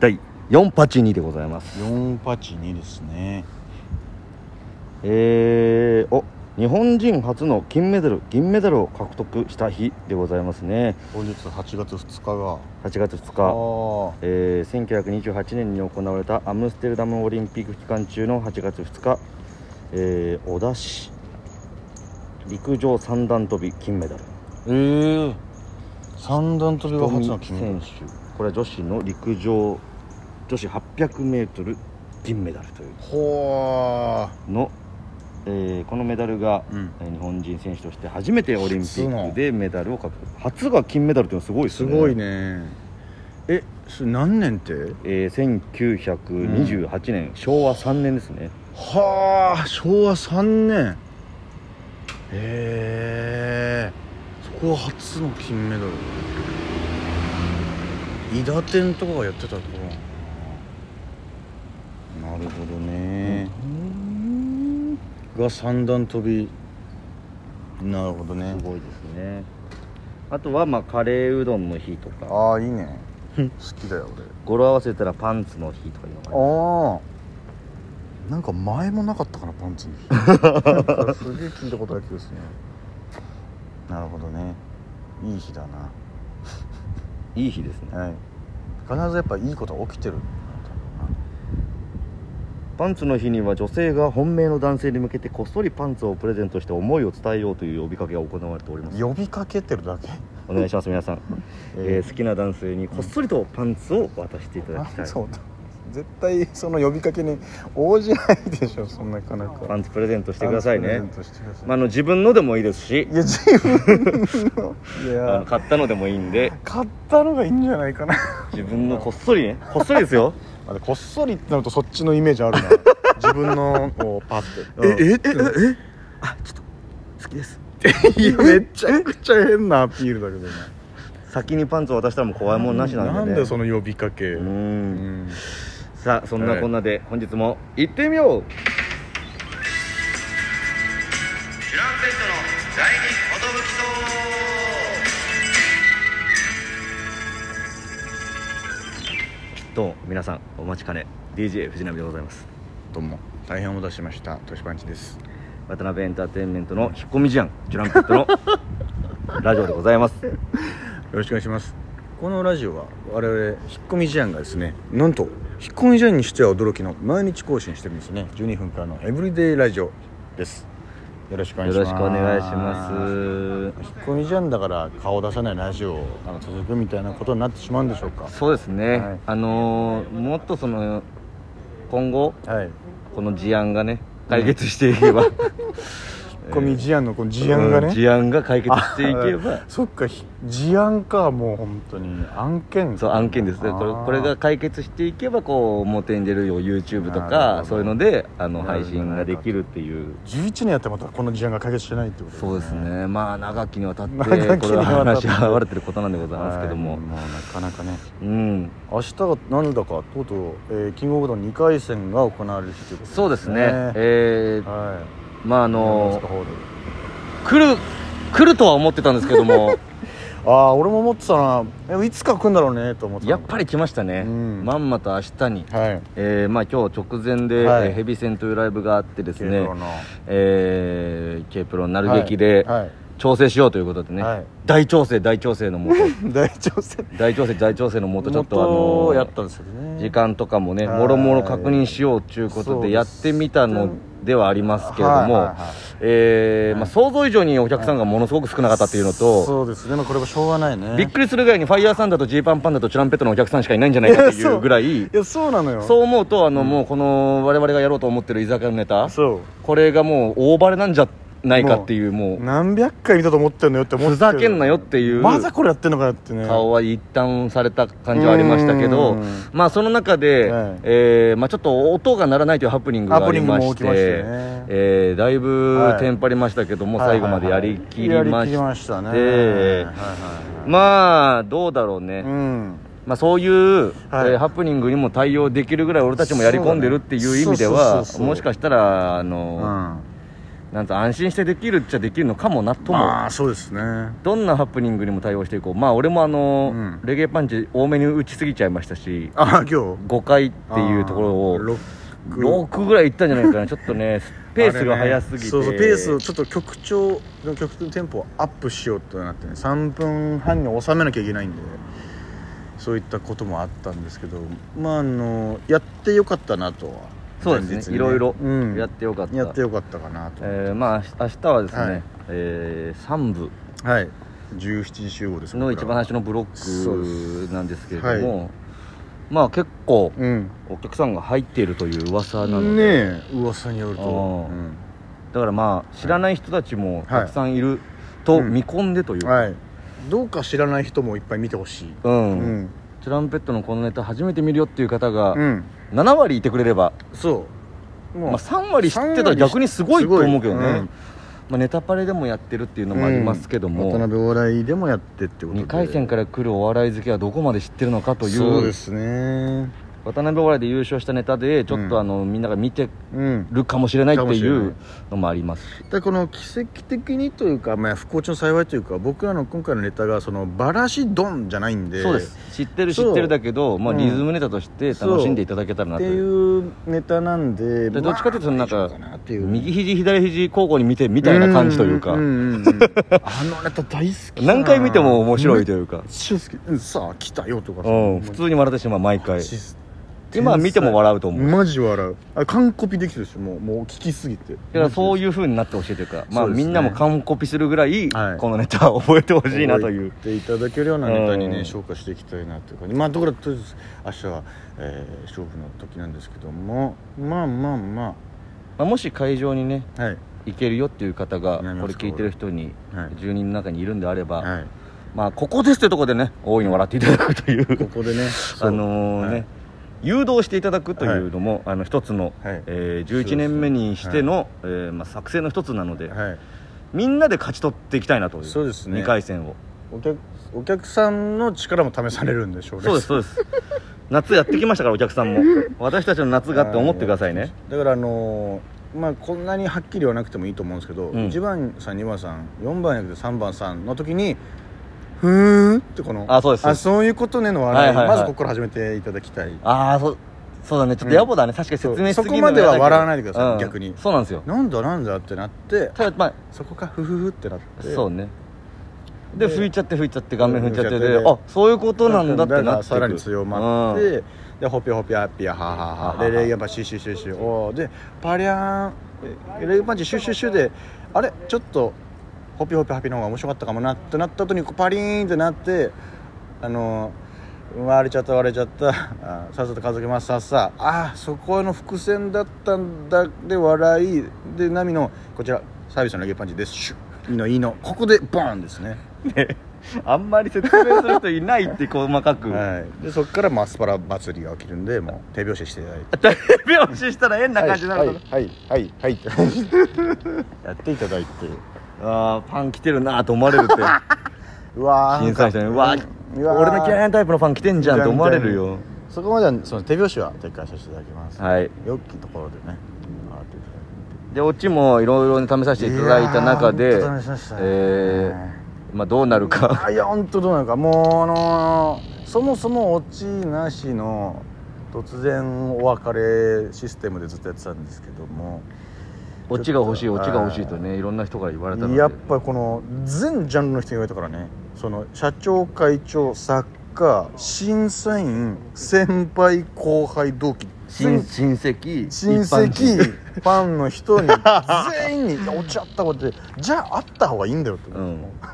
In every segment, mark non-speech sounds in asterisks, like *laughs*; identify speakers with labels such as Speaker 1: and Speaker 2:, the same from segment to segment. Speaker 1: 第482でございます
Speaker 2: 482ですね
Speaker 1: えー、お日本人初の金メダル銀メダルを獲得した日でございますね
Speaker 2: 本日8月2日が
Speaker 1: 8月2
Speaker 2: あ
Speaker 1: 日
Speaker 2: ー
Speaker 1: えー1928年に行われたアムステルダムオリンピック期間中の8月2日、えー小田市陸上三段跳び金メダル
Speaker 2: えー、三段跳びは初の金メダル
Speaker 1: 富選手これは女子の陸上女子 800m 銀メダルという
Speaker 2: ほ
Speaker 1: の、えーこのメダルが、
Speaker 2: ーうん
Speaker 1: えー日本人選手として初めてオリンピ
Speaker 2: 初
Speaker 1: ッ
Speaker 2: の
Speaker 1: クでメダルを獲得初が金メダルっていうのはすごいです
Speaker 2: す
Speaker 1: ね
Speaker 2: ごいねえそれ何年って
Speaker 1: えー1928年、昭和3年ですね
Speaker 2: はあ昭和3年へえそこは初の金メダル伊田天とかがやってたところなのかななるほどね、が三段跳びなるほどね
Speaker 1: すごいですねあとはまあカレーうどんの日とか
Speaker 2: ああいいね好きだよ
Speaker 1: 語呂合わせたらパンツの日とかいうのがあります
Speaker 2: 俺ああなんか前もなかったかなパン
Speaker 1: *laughs*
Speaker 2: ツにすげえ聞いたことある気がするねなるほどねいい日だない
Speaker 1: い日ですね
Speaker 2: はい、必ずやっぱいいことは起きてるんだ
Speaker 1: パンツの日には女性が本命の男性に向けてこっそりパンツをプレゼントして思いを伝えようという呼びかけが行われております
Speaker 2: ろうな呼びかけてるだけ
Speaker 1: お願いします皆さん、え
Speaker 2: え
Speaker 1: ー好きな男性にこっそりとパンツを渡していただきたい
Speaker 2: *laughs* そうだ絶対その呼びかけに応じないでしょそんなかなか
Speaker 1: パンツプレゼントしてくださいね
Speaker 2: パンツプレゼントしてください
Speaker 1: まああの自分のでもいいですし
Speaker 2: いや自分のい
Speaker 1: あ
Speaker 2: や
Speaker 1: の買ったのでもいいんで
Speaker 2: 買ったのがいいんじゃないかな
Speaker 1: 自分のこっそり
Speaker 2: *laughs*
Speaker 1: ねこっそりですよ
Speaker 2: あでこっそりってなるとそっちのイメージあるな *laughs* 自分のをパッ
Speaker 1: うん
Speaker 2: てええええ
Speaker 1: あちょっと好きです
Speaker 2: いやめちゃくちゃ変なアピールだけどね
Speaker 1: 先にパンツを渡したらもう怖いもんなしなんでね
Speaker 2: なんでその呼びかけ
Speaker 1: う
Speaker 2: うんん
Speaker 1: さあそんなこんなで本日も行ってみよう
Speaker 3: ュランペットの第二寿そう
Speaker 1: どうも皆さんお待ちかね DJ 藤波でございます
Speaker 2: どうも大変お待たせしましたトシパンチです
Speaker 1: 渡辺エンターテインメントの引っ込み思案ジュランペット
Speaker 2: *laughs*
Speaker 1: のラジオでございます
Speaker 2: よろしくお願いしますこのラジオは我々引っ込み思案がですねなんと引っ込み思案にしては驚きの毎日更新してるんですね12分間のエブリデイラジオですよろしくお願
Speaker 1: よ
Speaker 2: いしま
Speaker 1: ろ
Speaker 2: す
Speaker 1: しくお願いしま
Speaker 2: 引っ込み思案だから顔出さないラジオが続くみたいなことになってしまうんでしょうか
Speaker 1: すそうですね、
Speaker 2: はい
Speaker 1: あのーもっとその今後
Speaker 2: はい
Speaker 1: この事案がね解決していけば、
Speaker 2: 引っ込み思案のこの *laughs* 事案がね、
Speaker 1: うん事案が解決していけ
Speaker 2: あ
Speaker 1: ば
Speaker 2: *laughs* そっかひ事案かもう本当に案件
Speaker 1: そう案件ですね
Speaker 2: あー
Speaker 1: これこれが解決していけばこう表に出るよ YouTube と
Speaker 2: なるほ
Speaker 1: か
Speaker 2: ど
Speaker 1: そういうのであの
Speaker 2: なる
Speaker 1: 配
Speaker 2: ほど
Speaker 1: 信ができるっていう
Speaker 2: 11年やってまたこの事案が解決してないってことですね
Speaker 1: そうですねまあ長きにわたってこ
Speaker 2: 長きにわたって
Speaker 1: れは話し合われてることなんでございますけども、
Speaker 2: はいもうなかなかね
Speaker 1: うん
Speaker 2: 明日がなんだかとうとう、えー、キングオブコント2回戦が行われる日ということ
Speaker 1: そうですねえー
Speaker 2: はい
Speaker 1: まああ
Speaker 2: あ
Speaker 1: の
Speaker 2: ホール
Speaker 1: 来る来るとは思ってたんですけど
Speaker 2: *laughs*
Speaker 1: も
Speaker 2: ああ俺も思ってたなえいつか来るんだろうねと思ってた
Speaker 1: やっぱり来ましたね、
Speaker 2: うん
Speaker 1: まんまと明日に、
Speaker 2: りはい
Speaker 1: えーまあ今日直前で、
Speaker 2: はい
Speaker 1: えーヘビ戦というライブがあってです
Speaker 2: ケイ
Speaker 1: ね
Speaker 2: プロの
Speaker 1: えー、K プロなる劇で、
Speaker 2: はい
Speaker 1: 調整しようということでね、
Speaker 2: はい
Speaker 1: 大調整大調整のもと *laughs*
Speaker 2: 大調整
Speaker 1: 大調整大調整のもとちょっとあ
Speaker 2: 元をや
Speaker 1: の
Speaker 2: ったんですけどね
Speaker 1: 時間とかもね
Speaker 2: はい
Speaker 1: もろもろ確認しようということ
Speaker 2: そう
Speaker 1: で
Speaker 2: で
Speaker 1: すやってみたのではありますけれども、
Speaker 2: はいはいはい
Speaker 1: えーまあ、想像以上にお客さんがものすごく少なかったというのと、
Speaker 2: そうですねまあこれはしょうがないね
Speaker 1: びっくりするぐらいにファイヤーサンダーとジーパンパンダとチュランペットのお客さんしかいないんじゃないかってい
Speaker 2: やそう
Speaker 1: ぐらい
Speaker 2: いやそうなのよ
Speaker 1: そう思うとあの、もうこの我々がやろうと思ってる居酒屋のネタ
Speaker 2: そう
Speaker 1: これがもう大バレなんじゃないかっていうもう
Speaker 2: 何百回見たと思ってんのよって思って
Speaker 1: ふざけんなよっていう
Speaker 2: まだこれやってんのかよってね
Speaker 1: 顔は一旦された感じはありましたけ
Speaker 2: う
Speaker 1: ど
Speaker 2: ん、
Speaker 1: まあ、その中で、
Speaker 2: はい
Speaker 1: えーまあ、ちょっと音が鳴らないというハプニングがありまして
Speaker 2: ハプニングも起きましてね
Speaker 1: えーだいぶ
Speaker 2: はい
Speaker 1: テンパりましたけども、最後までやりきりまして、
Speaker 2: やりきりましたねはいはいはい
Speaker 1: まあどうだろうね、
Speaker 2: うん
Speaker 1: まあ、そういう、
Speaker 2: はい
Speaker 1: えーハプニングにも対応できるぐらい俺たちもやり込んでるっていう意味で
Speaker 2: そうだ
Speaker 1: は
Speaker 2: ねそうそうそうそう
Speaker 1: もしかしたらあの、
Speaker 2: うん
Speaker 1: なんと安心してできるっちゃできるのかもなとも、
Speaker 2: まあそうですね
Speaker 1: どんなハプニングにも対応していこうまあ俺もあの、
Speaker 2: うん
Speaker 1: レゲエパンチ多めに打ちすぎちゃいましたし
Speaker 2: ああ今日
Speaker 1: 5回っていうところを
Speaker 2: あーロック
Speaker 1: 6ぐらいいったんじゃない
Speaker 2: *laughs*
Speaker 1: かなちょっとねペースが速すぎて、
Speaker 2: あれねそうそうペースをちょっと曲調の曲のテンポをアップしようとなってね3分半に収めなきゃいけないんでそういったこともあったんですけどまああのやってよかったなとは
Speaker 1: そうですね
Speaker 2: 前日に
Speaker 1: いろいろ
Speaker 2: うん、
Speaker 1: やってよかった、
Speaker 2: やってよかったかなと、
Speaker 1: えーまあ明日はですね、
Speaker 2: はい
Speaker 1: えー、3部
Speaker 2: はい17時集合です
Speaker 1: の一番最初
Speaker 2: 最
Speaker 1: のブロ
Speaker 2: そう
Speaker 1: ックなんですけれど
Speaker 2: は
Speaker 1: も、まあ結構
Speaker 2: うん
Speaker 1: お客さんが入っているという噂なの
Speaker 2: ね
Speaker 1: で、
Speaker 2: え噂によると、
Speaker 1: あー
Speaker 2: うん
Speaker 1: だからまあ知らない人たちもたくさんいる
Speaker 2: は
Speaker 1: と
Speaker 2: いうん
Speaker 1: 見込んでというか、
Speaker 2: はいどうか知らない人もいっぱい見てほしい
Speaker 1: うん
Speaker 2: うん、
Speaker 1: トランペットのこのネタ初めて見るよっていう方が
Speaker 2: うん、
Speaker 1: 7割いてくれれば、
Speaker 2: そうも
Speaker 1: まあ、3割知ってたら逆にすごいと思うけどね、
Speaker 2: すごいうん
Speaker 1: まあ、ネタパレでもやってるっていうのもありますけども、
Speaker 2: 渡辺お笑いでもやってってことで
Speaker 1: 2回戦から来るお笑い好きはどこまで知ってるのかとい
Speaker 2: そう
Speaker 1: う
Speaker 2: ですね
Speaker 1: 渡辺お笑いで優勝したネタでちょっ
Speaker 2: うん
Speaker 1: とあの、みんなが見て
Speaker 2: うん
Speaker 1: るかもしれないってい
Speaker 2: かもしれないう
Speaker 1: のもありますし
Speaker 2: だからこの奇跡的にというか、まあ、不幸中の幸いというか僕らの今回のネタがそのバラシドンじゃないんで
Speaker 1: そうです知ってる知
Speaker 2: そう
Speaker 1: ってるだけど、まあ、
Speaker 2: うん
Speaker 1: リズムネタとして楽しんでいただけたら
Speaker 2: っ
Speaker 1: な
Speaker 2: て
Speaker 1: と
Speaker 2: い
Speaker 1: いう
Speaker 2: うネタなんで
Speaker 1: でどっちかというとなんか
Speaker 2: まあ大丈夫なっていう
Speaker 1: 右肘左肘交互に見てみたいな感じというか
Speaker 2: んんうんうんあのネタ大好き
Speaker 1: 何回見ても面白いと
Speaker 2: いう
Speaker 1: いうか、
Speaker 2: 好きうんさあ来たよとかさ
Speaker 1: うん、普通に笑ってしまう毎回今見ても
Speaker 2: う
Speaker 1: 笑うと思う
Speaker 2: マジ笑うあ完コピできてるしもうもう聞きすぎて
Speaker 1: だからそういう風になってほしいというか、まあ
Speaker 2: そうですね
Speaker 1: みんなも完コピするぐらい、
Speaker 2: はい
Speaker 1: このネタを覚えてほしいなという
Speaker 2: 覚えていただけるようなネタにね、
Speaker 1: うん
Speaker 2: 消化していきたいなというかまあところがとりあえず明日は、えー勝負の時なんですけどもまあまあま
Speaker 1: まあ、もし会場にね
Speaker 2: あはい
Speaker 1: 行けるよっていう方が
Speaker 2: なりま
Speaker 1: これ
Speaker 2: すか
Speaker 1: 聞いてる人に
Speaker 2: はい
Speaker 1: 住人の中にいるんであれば、
Speaker 2: はい
Speaker 1: まあここですというところでね大いに笑っていただくという
Speaker 2: ここでねそう
Speaker 1: あのーね、
Speaker 2: はい
Speaker 1: 誘導していただくというのも、あの一つの、
Speaker 2: はい
Speaker 1: えー
Speaker 2: そうです
Speaker 1: 11
Speaker 2: ね
Speaker 1: 年目にしての、えーまあ、作戦の一つなので、
Speaker 2: はい
Speaker 1: みんなで勝ち取っていきたいなという
Speaker 2: そうですね
Speaker 1: 2回戦を
Speaker 2: お客お客さんの力も試されるんでしょうね
Speaker 1: そうですそうです
Speaker 2: *laughs*
Speaker 1: 夏やってきましたからお客さんも私たちの夏がって思ってくださいね
Speaker 2: だからあのーまあこんなにはっきりはなくてもいいと思うんですけど、
Speaker 1: うん
Speaker 2: 1番さん2番さん4番役で3番さんの時にふーんってこの
Speaker 1: あそうです
Speaker 2: あそういうことねの笑い、
Speaker 1: はいはいはい
Speaker 2: まずここから始めていただきたい
Speaker 1: ああそそうだねちょっと野暮だね、確かに説明しすぎるの
Speaker 2: そうそこまでは笑わないでください
Speaker 1: うん
Speaker 2: 逆に
Speaker 1: そうなんですよ
Speaker 2: なんだなんだってなって
Speaker 1: ただまあ
Speaker 2: そこかふふふってなって
Speaker 1: そうねで
Speaker 2: で
Speaker 1: 拭いちゃって拭いちゃって顔面拭いちゃって
Speaker 2: 拭いちゃっ
Speaker 1: で
Speaker 2: て
Speaker 1: あそういうことなんだってなってく
Speaker 2: さらに強まっ
Speaker 1: うん
Speaker 2: てでホピホピアッピアハハハ
Speaker 1: は
Speaker 2: で
Speaker 1: はは
Speaker 2: レイヤーパンシュシュシュシュおーでパリャーンえレイヤーパンチシュシュシュであれちょっとホピホピハピの方が面白かったかもなってなった後にこうパリーンってなってあのー割れちゃった割れちゃったあーさっさと片付けますさっさあーそこの伏線だったんだで笑いでナミのこちらサービスのレイヤーパンチですシュいいのいいのここでボーンですね
Speaker 1: あんまり説明する人いないって細かく、
Speaker 2: はい、でそこからもうアスパラ祭りが起きるんでもう手拍子していただいて
Speaker 1: 拍子したら変な感じになる
Speaker 2: は
Speaker 1: の
Speaker 2: いはいはいはいやっていた *laughs* だいて
Speaker 1: あーパン来てるなと思われるって
Speaker 2: うわー
Speaker 1: 審査員さんに「わあ
Speaker 2: うわー
Speaker 1: 俺の嫌いなタイプのパン来てんじゃん」って思われるよ
Speaker 2: そこまではその手拍子は撤回させていただきます
Speaker 1: はい
Speaker 2: よっきところでね笑っていただいて
Speaker 1: でオチもいろいろ試させていただいた中
Speaker 2: いや
Speaker 1: で
Speaker 2: ー本当試しましたね
Speaker 1: えーまあどうなるか
Speaker 2: あいや本当どうなのかもうあのーそもそもオチなしの突然お別れシステムでずっとやってたんですけども
Speaker 1: オチが欲しいオチが欲しいと
Speaker 2: は
Speaker 1: ねいろんな人から言われたので
Speaker 2: やっぱりこの全ジャンルの人に言われたからねその社長会長作家審査員先輩後輩同期
Speaker 1: 親
Speaker 2: 全
Speaker 1: 親戚
Speaker 2: 親
Speaker 1: 一般人
Speaker 2: 戚ファンの人に全員に「いや落ちあったことでじゃああった方がいいんだよ」って、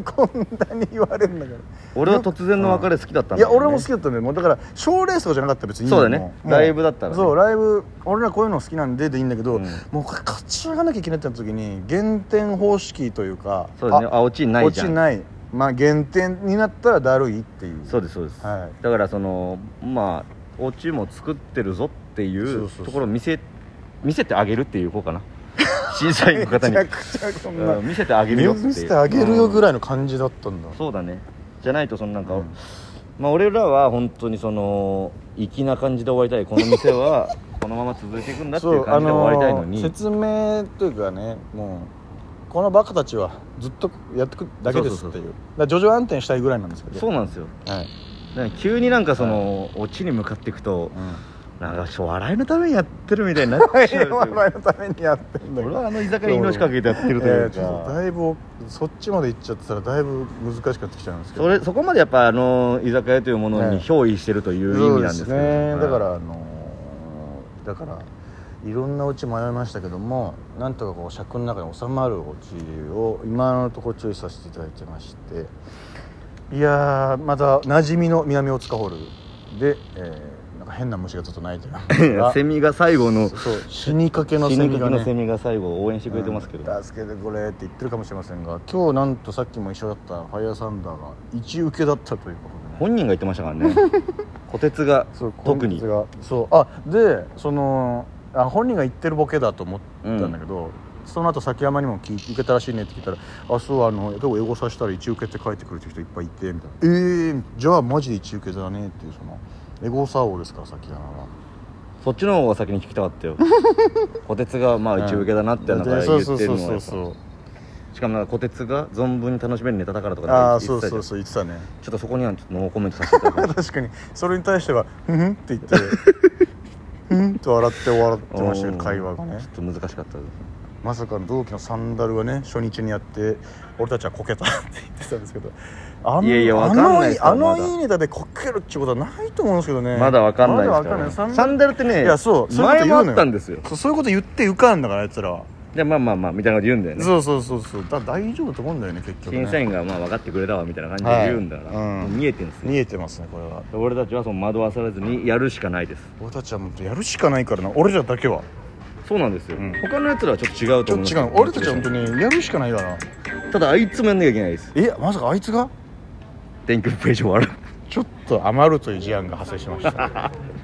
Speaker 2: こんなに言われるんだか
Speaker 1: 俺は突然の別れ好きだった
Speaker 2: ら
Speaker 1: ん
Speaker 2: い
Speaker 1: だ
Speaker 2: や
Speaker 1: よね
Speaker 2: 俺も好きだったんだよもうだから賞ーレースとかじゃなかったら別にいいん
Speaker 1: そうだ
Speaker 2: も
Speaker 1: ね
Speaker 2: も
Speaker 1: ライブだったらね
Speaker 2: そうライブ俺らこういうの好きなんででいいんだけど、
Speaker 1: うん
Speaker 2: もうこれ勝ち上がらなきゃいけないってなった時に減点方式というか
Speaker 1: そうですねあオチないじゃ
Speaker 2: 落ち
Speaker 1: ん
Speaker 2: ないまあ減点になったらだるいっていう
Speaker 1: そうですそうです
Speaker 2: は
Speaker 1: だからそのまあオチも作ってるぞってい
Speaker 2: そううそうそう
Speaker 1: ところを見せ見せてあげるっていう方かな *laughs* 審査員の
Speaker 2: いめ
Speaker 1: 方
Speaker 2: ち *laughs*
Speaker 1: に
Speaker 2: ゃくちゃこんな
Speaker 1: うん見せてあげるよって
Speaker 2: 見せてあげるよぐ
Speaker 1: らい、
Speaker 2: らいの感じだったんだ
Speaker 1: うんそうだねじゃないとそのなんか、
Speaker 2: うん
Speaker 1: まあ俺らは本当にその粋な感じで終わりたい *laughs* この店はこのまま続いていくんだっていう感じで終わりたいのに
Speaker 2: 説明というかねもうこのバカたちはずっとやってくだけです
Speaker 1: そ
Speaker 2: っ
Speaker 1: う
Speaker 2: て
Speaker 1: そうそ
Speaker 2: い
Speaker 1: う
Speaker 2: だから徐々暗転したいぐらいなんですけど
Speaker 1: そうなんですよ
Speaker 2: はい
Speaker 1: だから急になんかそのオチに向かっていくとなんかしょ笑いのためにやってるみたいになっちゃうという
Speaker 2: お *laughs* 笑いのために
Speaker 1: *laughs*
Speaker 2: やってんだ
Speaker 1: 俺
Speaker 2: けど
Speaker 1: はあの居酒屋に命かけてやってるという
Speaker 2: えーちょっと
Speaker 1: か、
Speaker 2: だいぶそっちまで行っちゃってたらだいぶ難しくなってきちゃうんですけど
Speaker 1: それそこまでやっぱあの居酒屋というものに
Speaker 2: ね
Speaker 1: 憑依してるという意味なんですけ
Speaker 2: そ
Speaker 1: ど
Speaker 2: うねだか
Speaker 1: は
Speaker 2: らあのーだからいろんなうち迷いましたけどもなんとかこう尺の中に収まるうちを今のところ注意させていただいてましていやーまた馴染みの南大塚ホールで、えーなんか変な虫がずっと鳴いてる
Speaker 1: い *laughs* セミが最後の
Speaker 2: そう死にかけの
Speaker 1: 死
Speaker 2: セ
Speaker 1: に
Speaker 2: ミ
Speaker 1: か
Speaker 2: が
Speaker 1: けの
Speaker 2: ね
Speaker 1: セミが最後応援してくれてますけど、
Speaker 2: うん助けてくれって言ってるかもしれませんが今日なんとさっきも一緒だったファイヤーサンダーが一受けだったということ
Speaker 1: 本
Speaker 2: でね
Speaker 1: 人が言ってましたから
Speaker 2: *laughs*
Speaker 1: ね虎鉄が
Speaker 2: そう
Speaker 1: 特に
Speaker 2: 今月がそうあでそのあ本人が言ってるボケだと思ったんだけど、その後崎山にも聞い受けたらしいねって聞いたら「あそうあの結構エゴさしたら一受けって書いてくれてる人いっぱいいて」みたいな「えー、じゃあマジで一受けだね」っていうそのエゴサ王ですから崎山は。
Speaker 1: そっちの方が先に聞きたかったよ虎鉄がまあ一受けだなってなんか言
Speaker 2: で
Speaker 1: ってるの
Speaker 2: そ
Speaker 1: は
Speaker 2: う
Speaker 1: やっ
Speaker 2: そ
Speaker 1: ぱ
Speaker 2: うそうそうそう
Speaker 1: しかもなんか虎鉄が存分に楽しめるネタだからとか
Speaker 2: ああ
Speaker 1: 言
Speaker 2: そ
Speaker 1: っ
Speaker 2: う
Speaker 1: てたじ
Speaker 2: そ
Speaker 1: ゃん
Speaker 2: うそう言ってたね *laughs*
Speaker 1: ちょっとそこにはちょっとノーコメントさせていただきます
Speaker 2: 確かにそれに対しては「ふふん」って言って「ふん」って笑って終わってましたよ会話がね
Speaker 1: ちょっと難しかったです
Speaker 2: まさかの同期のサンダルがね初日にやって俺たちはこけたって言ってたんですけどあの
Speaker 1: いやいやわかんないですよ
Speaker 2: あの
Speaker 1: まだ
Speaker 2: あのいいネタでこけるってことはないと思うんですけどね
Speaker 1: まだわかんないですか
Speaker 2: まだわ
Speaker 1: ら、ね、
Speaker 2: サン
Speaker 1: サ
Speaker 2: ダル
Speaker 1: ンダルってね
Speaker 2: いやそうそういうこと
Speaker 1: 前
Speaker 2: 言う
Speaker 1: も
Speaker 2: のよ
Speaker 1: あったんですよ
Speaker 2: そうそういうこと言って浮かんだからあいつらは、
Speaker 1: じゃあまあまあまあみたいなこと言うんだよね
Speaker 2: そうそうそうそうだ大丈夫と思うんだよね結局ね
Speaker 1: 審査員がまあ分かってくれたわみたいな感じで言うんだから、
Speaker 2: はいうん
Speaker 1: 見えてるんです
Speaker 2: 見
Speaker 1: よ
Speaker 2: えてますねこれは
Speaker 1: 俺たちはその惑わされずにやるしかないです
Speaker 2: 俺たちはもっとやるしかないからな俺らだけは
Speaker 1: そうなんですよ、
Speaker 2: うん
Speaker 1: 他のやつらはちょっと違う
Speaker 2: ち
Speaker 1: と
Speaker 2: ょ
Speaker 1: 思
Speaker 2: っ
Speaker 1: う
Speaker 2: と違う俺たちは本当
Speaker 1: に
Speaker 2: にやるしかないからな
Speaker 1: ただあいつもやんなきゃいけないです
Speaker 2: えまさかあいつが
Speaker 1: 電球ページ終わる
Speaker 2: ちょっと余るという事案が発生しました